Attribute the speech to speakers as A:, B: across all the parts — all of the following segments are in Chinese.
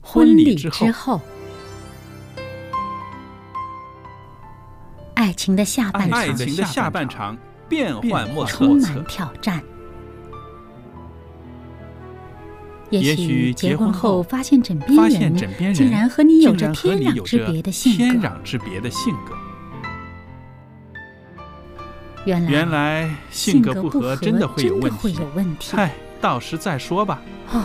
A: 婚礼
B: 之
A: 之
B: 后，
A: 后
B: 爱情的下半
A: 爱
B: 场
A: 情的下半场变幻莫测。
B: 充满挑战。
A: 也许
B: 结
A: 结婚
B: 后
A: 后
B: 发现枕边
A: 发
B: 人
A: 现枕边人
B: 竟然和你有着
A: 竟然和
B: 天
A: 你
B: 壤
A: 有
B: 之
A: 着
B: 别的性
A: 天
B: 格。
A: 壤之别的性格。
B: 原来
A: 原来性格不合真的会有问
B: 会
A: 题。
B: 有问题。
A: 嗨，到时再说吧。
B: 哦，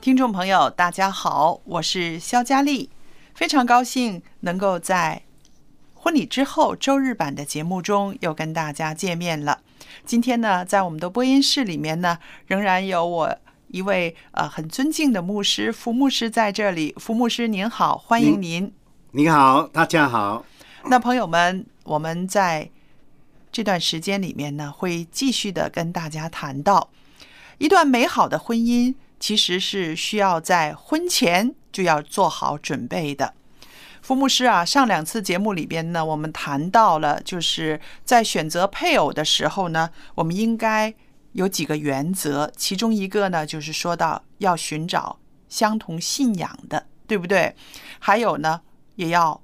C: 听众朋友，大家好，我是肖佳丽，非常高兴能够在婚礼之后周日版的节目中又跟大家见面了。今天呢，在我们的播音室里面呢，仍然有我一位呃很尊敬的牧师福牧师在这里。福牧师您好，欢迎您。
D: 你好，大家好。
C: 那朋友们，我们在这段时间里面呢，会继续的跟大家谈到，一段美好的婚姻其实是需要在婚前就要做好准备的。福牧师啊，上两次节目里边呢，我们谈到了，就是在选择配偶的时候呢，我们应该有几个原则，其中一个呢，就是说到要寻找相同信仰的，对不对？还有呢，也要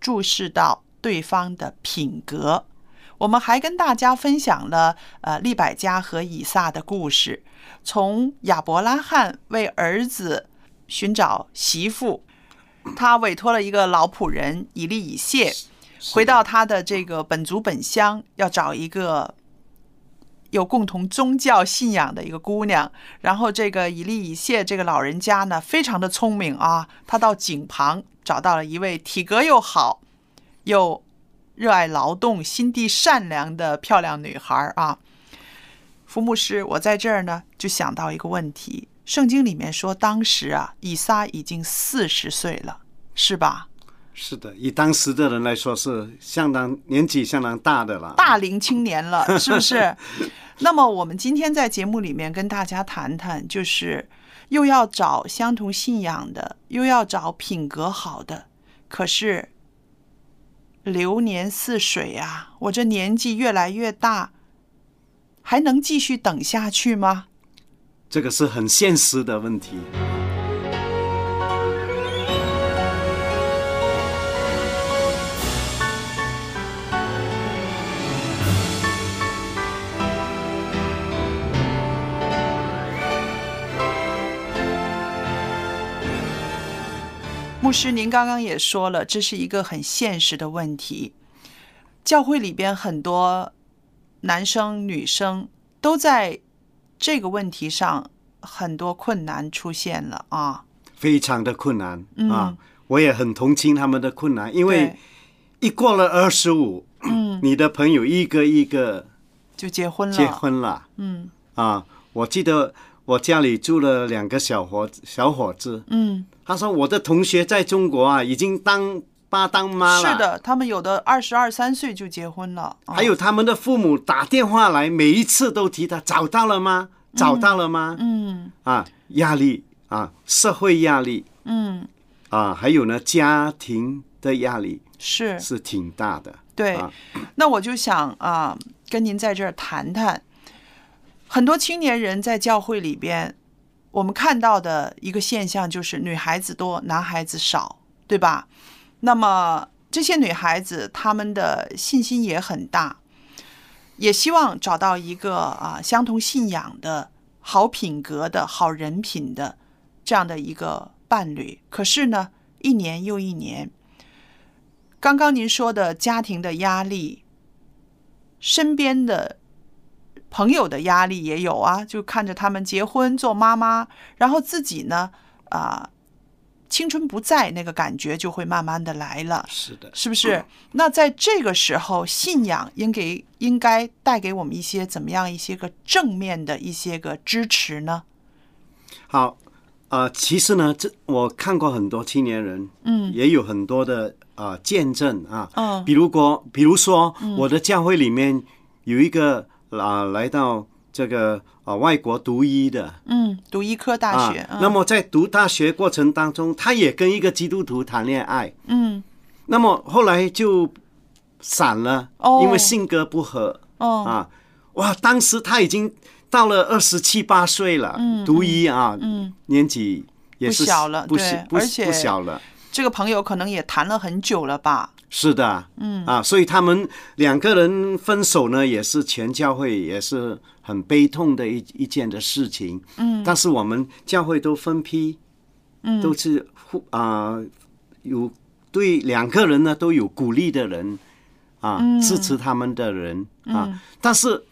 C: 注视到对方的品格。我们还跟大家分享了呃利百加和以撒的故事，从亚伯拉罕为儿子寻找媳妇，他委托了一个老仆人以利以谢，回到他的这个本族本乡，要找一个有共同宗教信仰的一个姑娘。然后这个以利以谢这个老人家呢，非常的聪明啊，他到井旁找到了一位体格又好，又热爱劳动、心地善良的漂亮女孩儿啊。福牧师，我在这儿呢就想到一个问题，圣经里面说，当时啊，以撒已经四十岁了，是吧？
D: 是的，以当时的人来说是相当年纪相当大的了。
C: 大龄青年了，是不是？那么我们今天在节目里面跟大家谈谈，就是又要找相同信仰的，又要找品格好的，可是流年似水啊，我这年纪越来越大，还能继续等下去吗？
D: 这个是很现实的问题。
C: 牧师，您刚刚也说了，这是一个很现实的问题。教会里边很多男生女生都在这个问题上很多困难出现了啊。
D: 非常的困难、
C: 嗯
D: 啊！我也很同情他们的困难，因为
C: 对嗯
D: 一过了二十五，你的朋友一个一个
C: 就结婚了，
D: 结婚了
C: 嗯
D: 啊！我记得我家里住了两个小伙小伙子，
C: 嗯，
D: 他说我的同学在中国啊，已经当爸当妈了。
C: 是，的，他们有的二十二三岁就结婚了，啊
D: 还有他们的父母打电话来，每一次都提他找到了吗？找到了吗？
C: 嗯
D: 啊，压力啊，社会压力
C: 嗯
D: 啊，还有呢，家庭的压力
C: 是
D: 是挺大的。
C: 对，
D: 啊
C: 那我就想啊、跟您在这儿谈谈，很多青年人在教会里边，我们看到的一个现象就是女孩子多，男孩子少，对吧？那么这些女孩子，她们的信心也很大，也希望找到一个啊、相同信仰的好品格的好人品的这样的一个伴侣。可是呢，一年又一年，刚刚您说的家庭的压力，身边的朋友的压力也有啊，就看着他们结婚做妈妈，然后自己呢，啊、青春不在那个感觉就会慢慢的来了。
D: 是的，
C: 是不是？那在这个时候，信仰应给应该带给我们一些怎么样一些个正面的一些个支持呢？
D: 好，呃，其实呢，这我看过很多青年人，
C: 嗯，
D: 也有很多的呃见证啊，
C: 嗯
D: 比如国，比如说我的教会里面有一个啊、来到这个啊、外国读医的
C: 嗯，读医科大
D: 啊
C: 学，，嗯
D: 那么在读大学过程当中，他也跟一个基督徒谈恋爱，
C: 嗯，
D: 那么后来就散了，
C: 哦
D: 因为性格不合
C: 哦，
D: 啊。哇，当时他已经到了二十七八岁了，读医啊，
C: 嗯，
D: 年纪也是
C: 不小了
D: 不
C: 对
D: 小不
C: 而且
D: 不小了，
C: 这个朋友可能也谈了很久了吧？
D: 是的，嗯啊，所以他们两个人分手呢，也是全教会也是很悲痛的一一件的事情，嗯，但是我们教会都分批，嗯，都是互啊、有对两个人呢都有鼓励的人啊，
C: 嗯
D: 支持他们的人啊，但是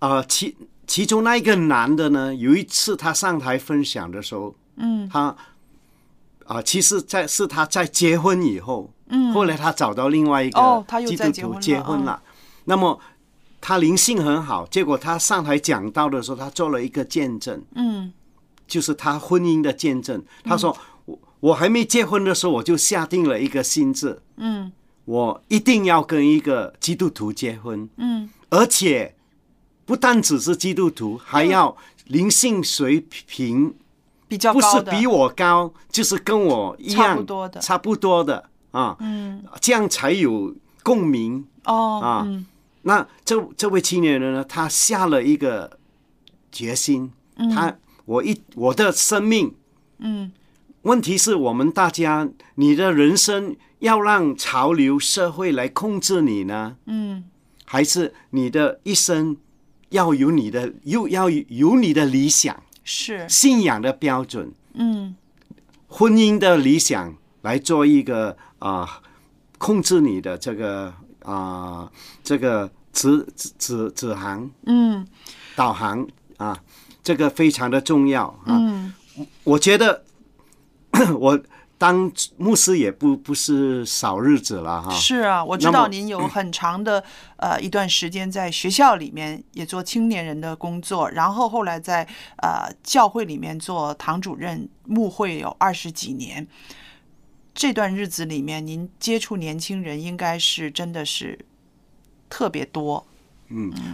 D: 啊、其其中那一个男的呢，有一次他上台分享的时候，嗯，他啊、其实在是他在结婚以后，嗯，后来他找到另外一
C: 哦
D: 个
C: 他又
D: 基
C: 在
D: 督
C: 结婚
D: 徒
C: 了嗯
D: 结婚了，那么他灵性很好，结果他上台讲道的时候，他做了一个见证，
C: 嗯，
D: 就是他婚姻的见证。他说：“我我还没结婚的时候，我就下定了一个心志，嗯，我一定要跟一个基督徒结婚，
C: 嗯，
D: 而且不但只是基督徒，还要灵性水平
C: 比较嗯
D: 不
C: 高
D: 是
C: 的，
D: 比我高，就是跟我一样
C: 差不多的
D: 差不多的啊，嗯，这样才有共鸣。
C: 哦，
D: 啊
C: 嗯
D: 那这这位青年人呢，他下了一个决心，他我一我的生命，
C: 嗯，
D: 问题是我们大家，你的人生要让潮流社会来控制你呢，
C: 嗯
D: 还是你的一生要有你的又要有你的理想、
C: 是，
D: 信仰的标准、
C: 嗯
D: 婚姻的理想来做一个啊、控制你的这个啊、这个指指指指航。
C: 嗯
D: 导航啊，这个非常的重要啊。
C: 嗯
D: 我觉得 我当牧师也不不是少日子了哈、
C: 是啊，我知
D: 那
C: 道
D: 么嗯
C: 您有很长的呃一段时间在学校里面也做青年人的工作，然后后来在呃教会里面做堂主任、牧会有二十几年。这段日子里面，您接触年轻人应该是真的是特别多。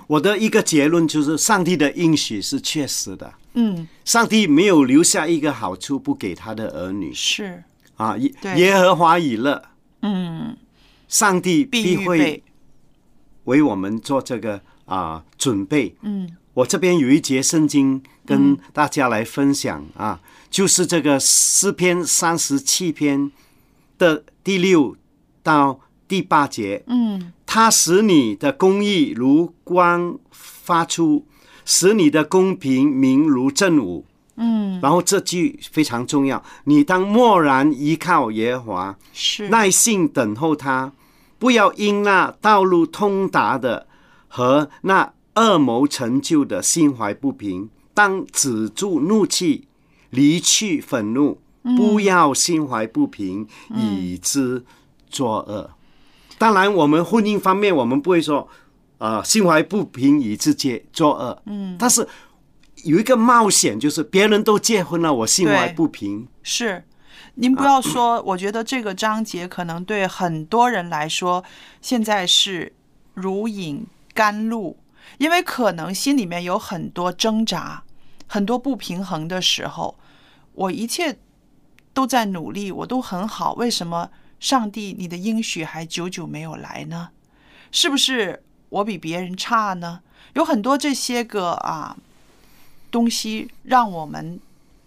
D: 我的一个结论就是，上帝的应许是确实的，
C: 嗯，
D: 上帝没有留下一个好处不给他的儿女
C: 是，
D: 啊。耶
C: 对
D: 耶和华以乐，
C: 嗯，
D: 上帝
C: 必
D: 必
C: 预
D: 会
C: 备，
D: 为我们做这个啊准备。
C: 嗯
D: 我这边有一节圣经跟大家来分享啊，就是这个诗篇三十七篇的第六到第八节，
C: 嗯
D: 它使你的公义如光发出，使你的公平明如正午。
C: 嗯，
D: 然后这句非常重要，你当默然依靠耶和华，
C: 是，
D: 耐性等候他，不要因那道路通达的和那恶谋成就的心怀不平。当止住怒气，离去愤怒，不要心怀不平，以之作恶。当然，我们婚姻方面，我们不会说，呃，心怀不平以致结作恶。嗯，但是有一个冒险，就是别人都结婚了，我心怀
C: 对
D: 不平。
C: 是，您不要说，我觉得这个章节可能对很多人来说，现在是如饮甘露，因为可能心里面有很多挣扎，很多不平衡的时候，我一切都在努力，我都很好，为什么上帝你的应许还久久没有来呢？是不是我比别人差呢？有很多这些个啊东西，让我们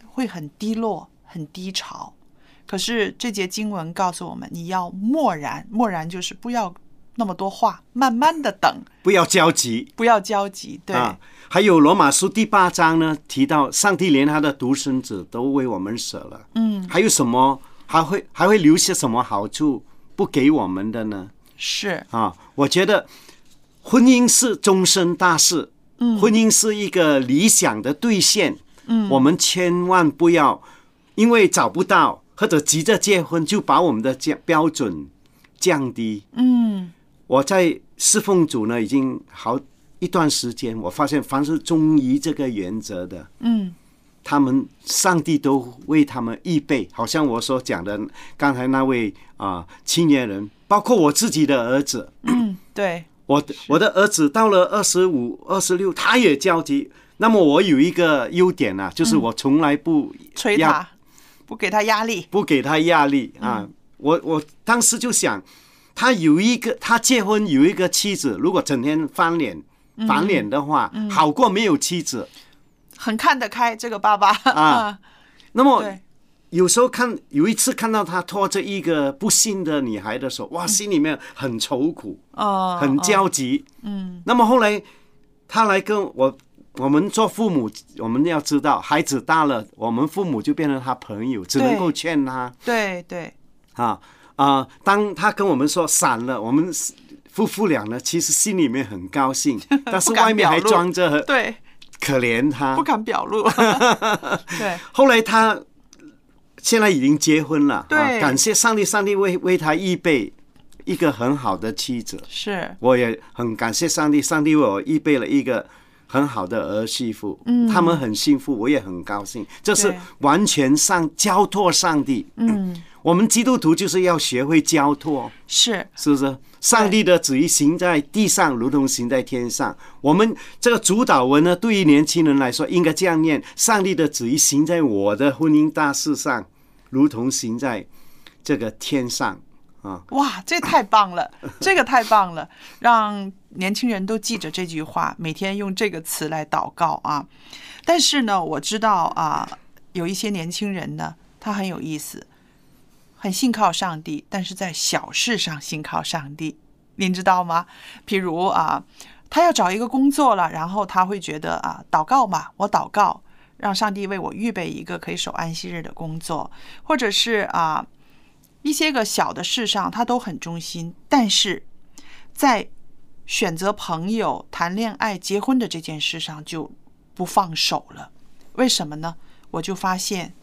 C: 会很低落、很低潮。可是这节经文告诉我们，你要默然，默然就是不要那么多话，慢慢的等，
D: 不要焦急
C: 不要焦急。对，
D: 啊。还有罗马书第八章呢，提到上帝连他的独生子都为我们舍了，嗯，还有什么还会还会留下什么好处不给我们的呢？
C: 是
D: 啊，我觉得婚姻是终身大事，嗯，婚姻是一个理想的兑现，嗯，我们千万不要因为找不到或者急着结婚就把我们的标标准降低，嗯，我在侍奉主呢已经好一段时间，我发现凡是忠于这个原则的，嗯。他们上帝都为他们预备，好像我所讲的刚才那位啊、青年人，包括我自己的儿子，
C: 对，
D: 我的我的儿子到了二十五、二十六，他也焦急。那么我有一个优点啊，就是我从来不
C: 催
D: 压
C: 他，不给他压力。
D: 不给他压力啊。我我当时就想，他有一个他结婚有一个妻子，如果整天翻脸反脸的话，好过没有妻子。
C: 很看得开这个爸爸
D: 啊，那么
C: 对，
D: 有时候看有一次看到他拖着一个不幸的女孩的手，哇，心里面很愁苦。
C: 哦，
D: 很
C: 哦
D: 焦急。嗯，那么后来他来跟我，我们做父母，我们要知道，孩子大了，我们父母就变成他朋友，只能够劝他
C: 对对，
D: 啊啊、当他跟我们说散了，我们夫妇俩呢，其实心里面很 高兴，但是
C: 不敢
D: 外面还
C: 表露
D: 装着很
C: 对，
D: 可怜他
C: 不。敢表露。 对，
D: 后来他现在已经结婚了，啊、
C: 对
D: 感谢上帝，上帝为为他预备一个很好的妻子。
C: 是，
D: 我也很感谢上帝，上帝为我预备了一个很好的儿媳妇，嗯，他们很幸福，我也很高兴，这是
C: 对
D: 完全上交托上帝。
C: 嗯，
D: 我们基督徒就是要学会交托，
C: 是
D: 是不是？上帝的旨意行在地上，如同行在天上。我们这个主导文呢，对于年轻人来说，应该这样念：上帝的旨意行在我的婚姻大事上，如同行在这个天上。
C: 哇，这太棒了，这个太棒了，让年轻人都记着这句话，每天用这个词来祷告啊。但是呢，我知道啊，有一些年轻人呢，他很有意思，很信靠上帝，但是在小事上信靠上帝，您知道吗？譬如啊，他要找一个工作了，然后他会觉得啊，祷告嘛，我祷告，让上帝为我预备一个可以守安息日的工作，或者是啊，一些个小的事上他都很忠心，但是在选择朋友、谈恋爱、结婚的这件事上就不放手了。为什么呢？我就发现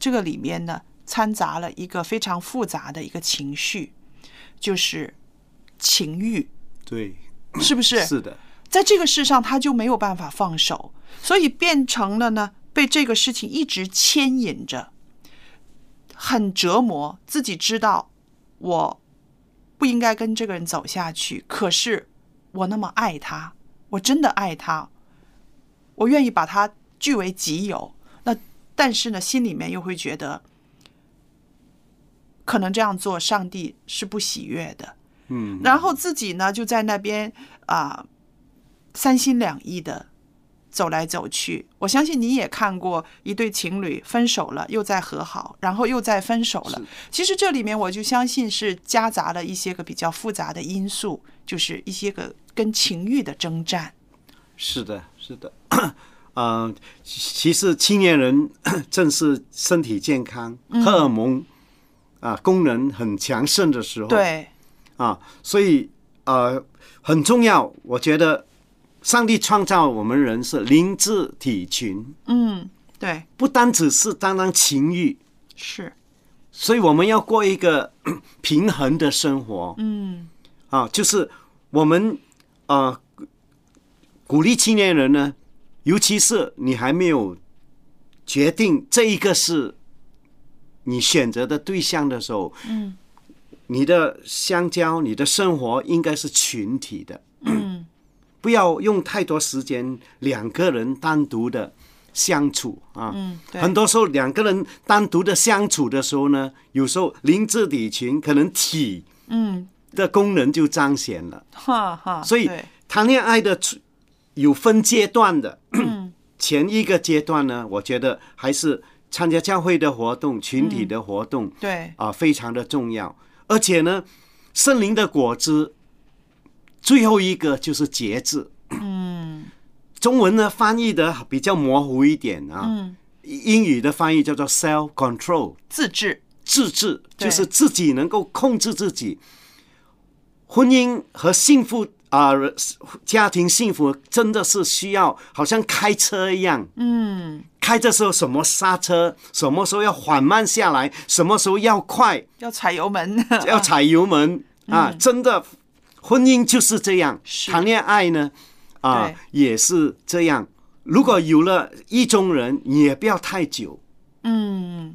C: 这个里面呢掺杂了一个非常复杂的一个情绪，就是情欲，
D: 对，
C: 是不是？
D: 是的，
C: 在这个事上他就没有办法放手，所以变成了呢被这个事情一直牵引着，很折磨。自己知道我不应该跟这个人走下去，可是我那么爱他，我真的爱他，我愿意把他据为己有。那但是呢，心里面又会觉得，可能这样做上帝是不喜悦的。
D: 嗯，
C: 然后自己呢就在那边啊、三心两意的走来走去。我相信你也看过一对情侣分手了，又再和好，然后又再分手了。其实这里面我就相信是夹杂了一些个比较复杂的因素，就是一些个跟情欲的征战。
D: 是的，是的， 呃，其其实青年人 正是身体健康、荷尔蒙啊、功能很强盛的时候，
C: 对，
D: 啊，所以呃很重要。我觉得上帝创造我们人是灵智体群，
C: 嗯，对，
D: 不单只是单单情欲，
C: 是，
D: 所以我们要过一个 平衡的生活。嗯，啊，就是我们呃鼓励青年人呢，尤其是你还没有决定这一个是你选择的对象的时候，嗯，你的相交，你的生活应该是群体的。嗯，不要用太多时间两个人单独的相处啊。
C: 嗯，对，
D: 很多时候两个人单独的相处的时候呢，有时候灵智体群可能体
C: 嗯，
D: 的功能就彰显了。
C: 哈哈，
D: 所以
C: 对
D: 谈恋爱的初有分阶段的， 前一个阶段呢，我觉得还是参加教会的活动、群体的活动
C: 对，
D: 啊、非常的重要。而且呢，圣灵的果子最后一个就是节制。
C: 嗯
D: 中文呢翻译的比较模糊一点啊，
C: 嗯，
D: 英语的翻译叫做 self control，
C: 自制，
D: 自制，
C: 对
D: 就是自己能够控制自己。婚姻和幸福啊、家庭幸福真的是需要，好像开车一样，
C: 嗯，
D: 开的时候什么刹车，什么时候要缓慢下来，什么时候要快，
C: 要踩油门，
D: 要踩油门啊！真的，婚姻就是这样，
C: 嗯是
D: 谈恋爱呢，啊
C: 对，
D: 也是这样。如果有了意中人，也不要太久，
C: 嗯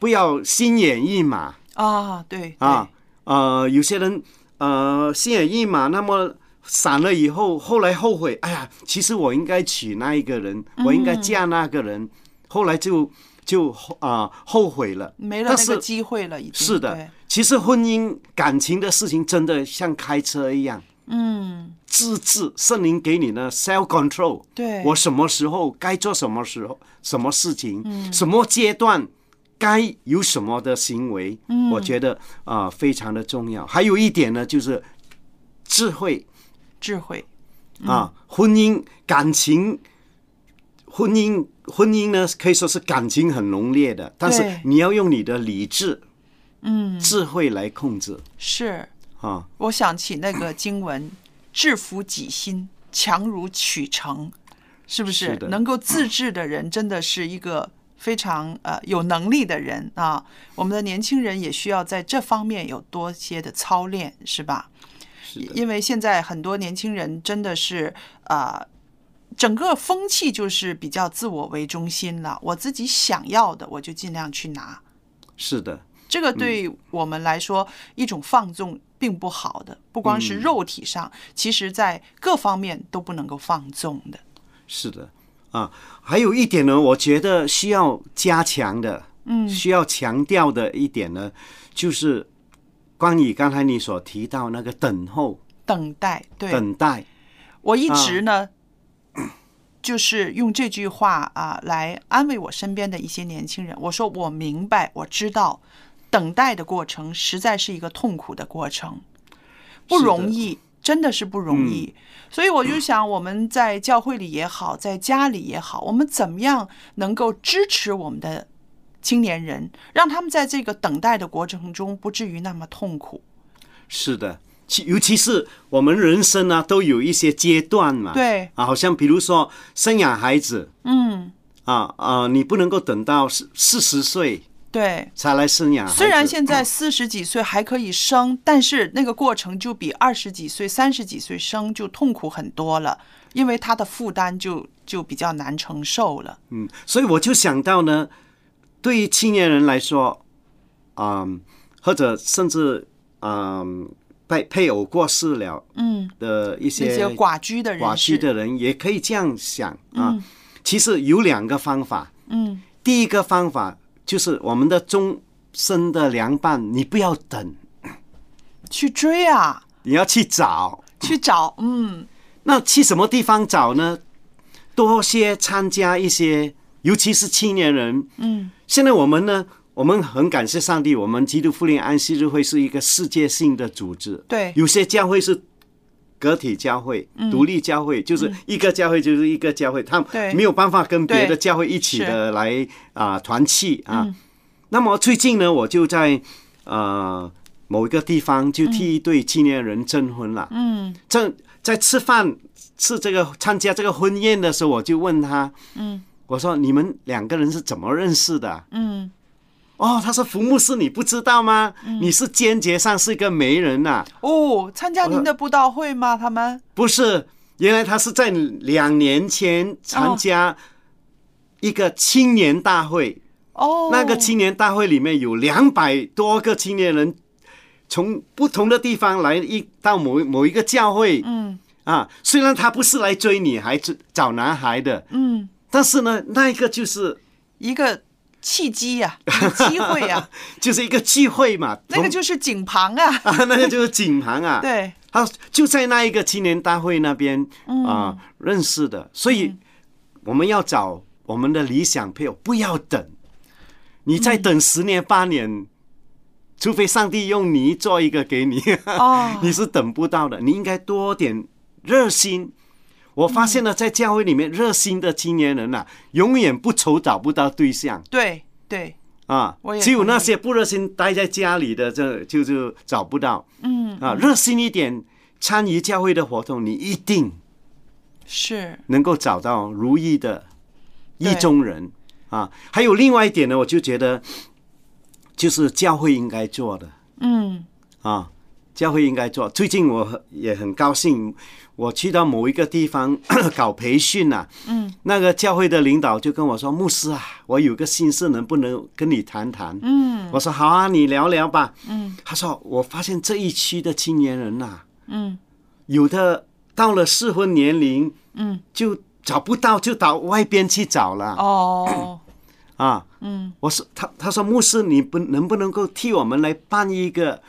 D: 不要心猿意马。
C: 啊，对
D: 啊
C: 对，，
D: 呃，有些人呃心猿意马，那么散了以后，后来后悔，哎呀，其实我应该娶那一个人，我应该嫁那个
C: 嗯
D: 人，后来就就啊、后悔了，
C: 没了
D: 但
C: 那个
D: 是
C: 机会了，已经
D: 是
C: 对
D: 的，其实婚姻感情的事情真的像开车一样，
C: 嗯，
D: 自制，圣灵给你的 self control。
C: 对，
D: 我什么时候该做什么时候什么事情，
C: 嗯
D: 什么阶段该有什么的行为，
C: 嗯
D: 我觉得啊、呃非常的重要。还有一点呢，就是智慧
C: 智慧，嗯
D: 啊，婚姻感情。婚姻，婚姻呢，可以说是感情很浓烈的，但是
C: 对
D: 你要用你的理智、
C: 嗯，
D: 智慧来控制
C: 是。
D: 啊。
C: 我想起那个经文：“制服己心，强如取成”，是不是？
D: 是的
C: 能够自制的人，真的是一个非常呃有能力的人啊。我们的年轻人也需要在这方面有多些的操练，是吧？
D: 是的，
C: 因为现在很多年轻人真的是啊、呃整个风气就是比较自我为中心了。我自己想要的，我就尽量去拿。
D: 是的，
C: 这个对我们来说一种放纵并不好的，不光是肉体上，其实在各方面都不能够放纵的。
D: 是的，啊，还有一点呢，我觉得需要加强的，嗯，需要强调的一点呢，就是关于刚才你所提到那个等候、
C: 等待，对
D: 等待，
C: 我一
D: 啊
C: 直呢， 就是用这句话啊来安慰我身边的一些年轻人。我说我明白，我知道，等待的过程实在是一个痛苦的过程，不
D: 是的嗯
C: 容易，真的是不容易。所以我就想，我们在教会里也好，在家里也好，我们怎么样能够支持我们的青年人，让他们在这个等待的过程中不至于那么痛苦？
D: 是的。其尤其是我们人生呢、都有一些阶段嘛。
C: 对
D: 啊，好像比如说生养孩子
C: 嗯，
D: 啊啊、你不能够等到四四十岁
C: 对。
D: 才来生啊养孩子。嗯
C: 虽然现在四十几岁还可以生，但是那个过程就比二十几岁、三十几岁生就痛苦很多了，因为他的负担就就比较难承受了。
D: 嗯，所以我就想到呢，对于青年人来说，嗯，或者甚至嗯，配配偶过世了
C: 嗯，
D: 的一
C: 那
D: 些
C: 些寡居的人
D: 寡居
C: 士，
D: 的人，也可以这样想啊。其实有两个方法，
C: 嗯，
D: 第一个方法就是我们的终身的良伴，你不要等，
C: 去追啊，
D: 你要去找。
C: 去找，嗯，
D: 那去什么地方找呢？多些参加一些，尤其是青年人。
C: 嗯，
D: 现在我们呢，我们很感谢上帝，我们基督复临安息日会是一个世界性的组织。
C: 对
D: 有些教会是个体教会、
C: 嗯
D: 独立教会，就是一个教会就是一个教会，他
C: 对
D: 们没有办法跟别的
C: 对
D: 教会一起的来啊、团契啊。
C: 嗯
D: 那么最近呢，我就在呃某一个地方就替一对青年人征婚了。
C: 嗯，
D: 正在吃饭吃这个参加这个婚宴的时候，我就问他，
C: 嗯，
D: 我说你们两个人是怎么认识的？
C: 嗯，
D: 哦，他说服牧师你不知道吗？你是坚决上是一个媒人呐、
C: 哦，参加
D: 呃
C: 您的布道会吗？他们，
D: 不是，原来他是在两年前参加一个青年大会，
C: 哦，
D: 那个青年大会里面有两百多个青年人。从不同的地方来一到某某一个教会
C: 嗯
D: 啊，虽然他不是来追女孩子找男孩的，
C: 嗯，
D: 但是呢，那一个就是
C: 一个契机呀、一个机会 呀、
D: 就是一个聚会嘛，
C: 那个就是井旁啊，
D: 啊，那个就是景行 啊，
C: 对，
D: 他就在那一个青年大会那边
C: 嗯
D: 啊、认识的，所以我们要找我们的理想配偶，不要等，你再等十年八年，除非上帝用泥做一个给你，
C: 哦
D: 你是等不到的。你应该多点热心。我发现了，
C: 嗯
D: 在教会里面，热心的青年人呐、啊永远不愁找不到对象
C: 对对，
D: 啊
C: 我也。
D: 只有
C: 同意
D: 那些不热心待在家里的，这就就找不到
C: 嗯，
D: 啊。热心一点，参与教会的活动，你一定
C: 是
D: 能够找到如意的意
C: 对
D: 中人啊。还有另外一点呢，我就觉得就是教会应该做的，
C: 嗯
D: 啊，教会应该做。最近我很也很高兴，我去到某一个地方 搞培训啊，
C: 嗯，
D: 那个教会的领导就跟我说：“牧师啊，我有个心事，能不能跟你谈谈？”
C: 嗯
D: 我说：“好啊，你聊聊吧。”
C: 嗯
D: 他说：“我发现这一区的青年人呐、
C: 嗯
D: 有的到了适婚年龄
C: 嗯，
D: 就找不到，就到外边去找了、
C: 哦，
D: 啊。”
C: 嗯
D: 我说他他说牧师，你不能不能够替我们来办一个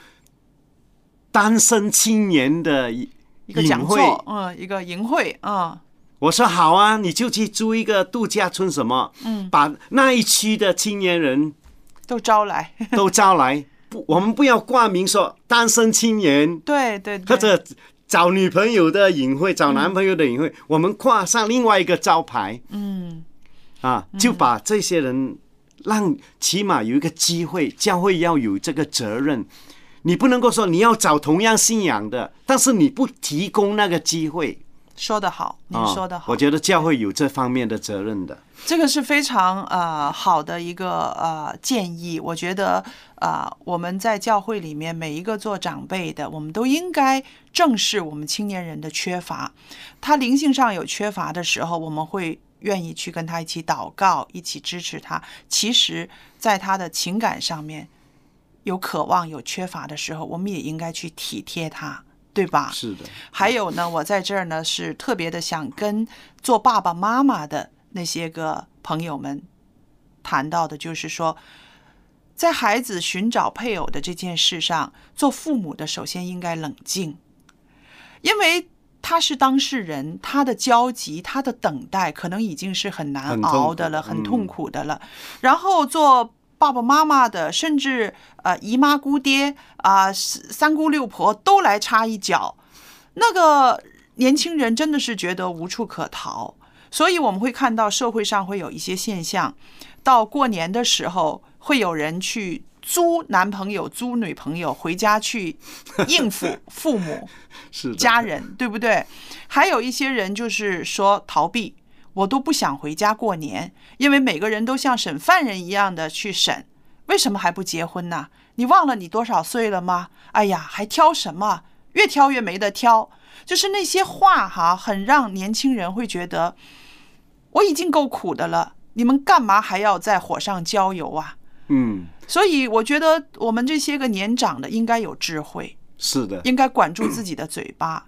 D: 单身青年的一
C: 一个
D: 隐
C: 讲
D: 晦
C: 座，嗯，一个淫会，嗯
D: 我说好啊，你就去租一个度假村什么，
C: 嗯，
D: 把那一区的青年人
C: 都招来，
D: 都招来。 不，我们不要挂名说单身青年
C: 对对对，
D: 或者找女朋友的隐晦，找男朋友的隐晦，我们挂上另外一个招牌
C: 嗯
D: 啊，就把这些人让起码有一个机会，教会要有这个责任。你不能够说你要找同样信仰的，但是你不提供那个机会。
C: 说得好，您
D: 啊
C: 说得好，
D: 我觉得教会有这方面的责任的。
C: 这个是非常呃好的一个呃建议，我觉得啊、呃我们在教会里面每一个做长辈的，我们都应该正视我们青年人的缺乏。他灵性上有缺乏的时候，我们会愿意去跟他一起祷告，一起支持他。其实，在他的情感上面有渴望、有缺乏的时候，我们也应该去体贴他，对吧？
D: 是的，
C: 还有呢，我在这儿呢是特别的想跟做爸爸妈妈的那些个朋友们谈到的，就是说，在孩子寻找配偶的这件事上，做父母的首先应该冷静，因为。他是当事人，他的焦急，他的等待，可能已经是很难
D: 很痛
C: 熬
D: 苦
C: 的了，很
D: 嗯
C: 痛苦的了。然后做爸爸妈妈的，甚至呃姨妈姑爹啊、三三姑六婆都来插一脚，那个年轻人真的是觉得无处可逃，所以我们会看到社会上会有一些现象，到过年的时候会有人去租男朋友、租女朋友回家去应付父母、
D: 是的，
C: 家人，对不对？还有一些人就是说逃避，我都不想回家过年，因为每个人都像审犯人一样的去审，为什么还不结婚呢？你忘了你多少岁了吗？哎呀，还挑什么？越挑越没得挑，就是那些话哈，很让年轻人会觉得我已经够苦的了，你们干嘛还要在火上浇油啊？
D: 嗯，
C: 所以我觉得我们这些个年长的应该有智慧，
D: 是的，
C: 应该管住自己的嘴巴，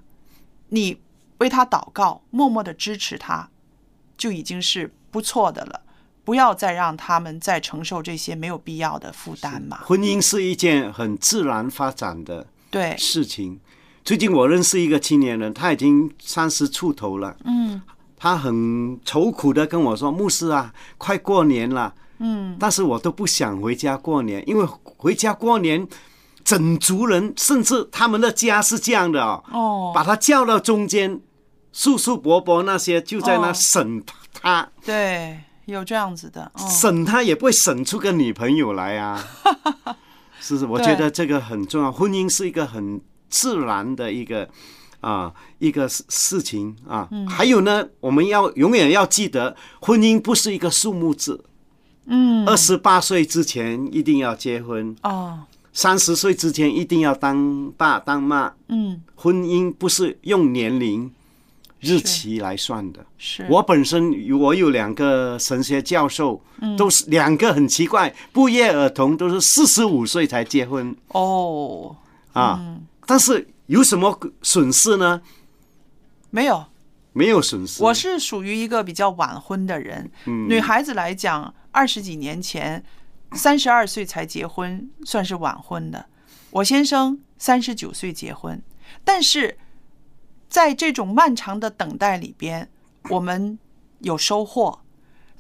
C: 你为他祷告，默默的支持他，就已经是不错的了。不要再让他们再承受这些没有必要的负担嘛。
D: 婚姻是一件很自然发展的
C: 对，
D: 事情。最近我认识一个青年人，他已经三十出头了，
C: 嗯
D: 他很愁苦的跟我说：“牧师啊，快过年了，
C: 嗯，
D: 但是我都不想回家过年，因为回家过年，整族人甚至他们的家是这样的哦，
C: 哦，
D: 把他叫到中间，叔叔伯伯那些就在
C: 哦
D: 那审他，
C: 对，有这样子的，嗯，
D: 审他也不会审出个女朋友来 啊。是不是，我
C: 对
D: 觉得这个很重要，婚姻是一个很自然的一个啊一个事事情啊。
C: 嗯
D: 还有呢，我们要永远要记得，婚姻不是一个数目字。
C: 嗯，
D: 二十八岁之前一定要结婚，
C: 哦，
D: 三十岁之前一定要当爸当妈。
C: 嗯，
D: 婚姻不是用年龄、日期来算的。
C: 是，
D: 我本身有我有两个神学教授，
C: 嗯
D: 都是两个很奇怪，不约而同都是四十五岁才结婚
C: 哦，
D: 啊。但是有什么损失呢？
C: 没有，
D: 没有损失。
C: 我是属于一个比较晚婚的人。女孩子来讲，二十几年前，三十二岁才结婚，算是晚婚的。我先生三十九岁结婚，但是在这种漫长的等待里边，我们有收获，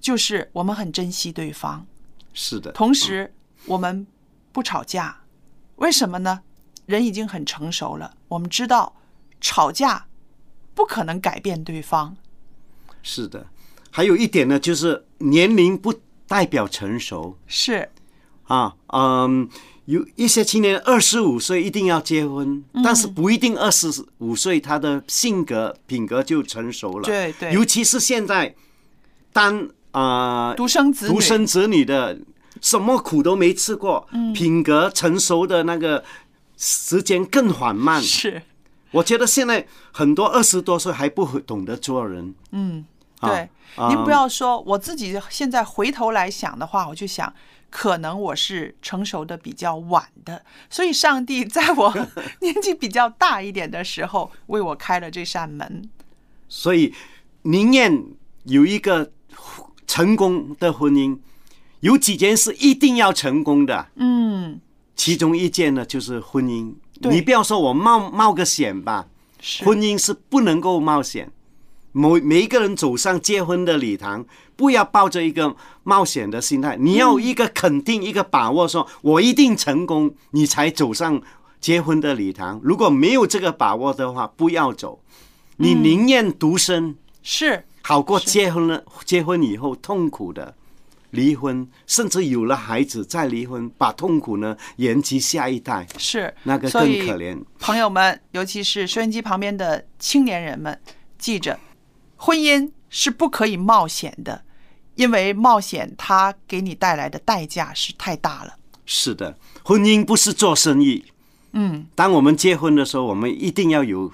C: 就是我们很珍惜对方，
D: 是的，
C: 同时我们不吵架，为什么呢？人已经很成熟了，我们知道吵架不可能改变对方。
D: 是的，还有一点呢，就是年龄不代表成熟
C: 是，
D: 啊，嗯，有一些青年二十五岁一定要结婚，
C: 嗯
D: 但是不一定二十五岁他的性格品格就成熟了。
C: 对对
D: 尤其是现在当啊、
C: 独生子女，
D: 独生子女的，什么苦都没吃过，
C: 嗯
D: 品格成熟的那个时间更缓慢。
C: 是，
D: 我觉得现在很多二十多岁还不会懂得做人。
C: 嗯，
D: 啊
C: 对，您不要说我自己现在回头来想的话，我就想，可能我是成熟的比较晚的，所以上帝在 我年纪比较大一点的时候为我开了这扇门。
D: 所以宁愿有一个成功的婚姻，有几件事一定要成功的，
C: 嗯，
D: 其中一件呢就是婚姻。
C: 对
D: 你不要说我冒冒个险吧，
C: 是，
D: 婚姻是不能够冒险。每每一个人走上结婚的礼堂，不要抱着一个冒险的心态，你要有一个肯定、一个把握说，我一定成功，你才走上结婚的礼堂。如果没有这个把握的话，不要走，你宁愿独身，
C: 是
D: 好过结婚了，结婚以后痛苦的离婚，甚至有了孩子再离婚，把痛苦呢延及下一代，
C: 是，
D: 那个
C: 所
D: 更
C: 以
D: 可怜。
C: 朋友们，尤其是收音机旁边的青年人们，记着，婚姻是不可以冒险的，因为冒险它给你带来的代价是太大了。
D: 是的，婚姻不是做生意。
C: 嗯，
D: 当我们结婚的时候，我们一定要有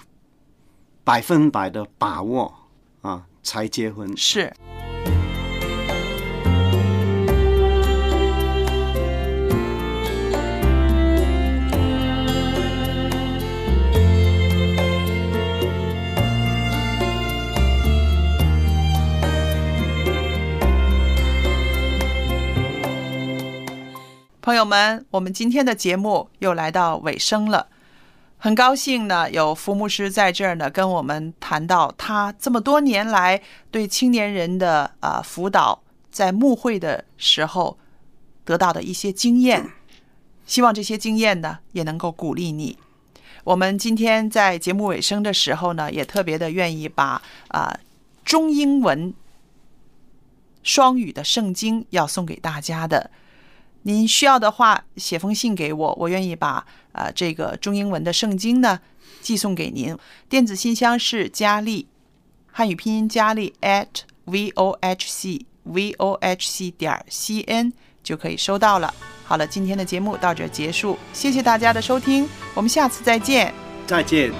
D: 百分百的把握啊，才结婚。
C: 是。朋友们，我们今天的节目又来到尾声了。很高兴呢，有福牧师在这儿呢，跟我们谈到他这么多年来对青年人的啊、呃辅导，在牧会的时候得到的一些经验，希望这些经验呢也能够鼓励你。我们今天在节目尾声的时候呢，也特别的愿意把啊、呃中英文双语的圣经要送给大家的。您需要的话，写封信给我，我愿意把呃这个中英文的圣经呢寄送给您。电子信箱是佳丽，汉语拼音佳丽 at v o h c v o h c 点 c n 就可以收到了。好了，今天的节目到这儿结束，谢谢大家的收听，我们下次再见。
D: 再见。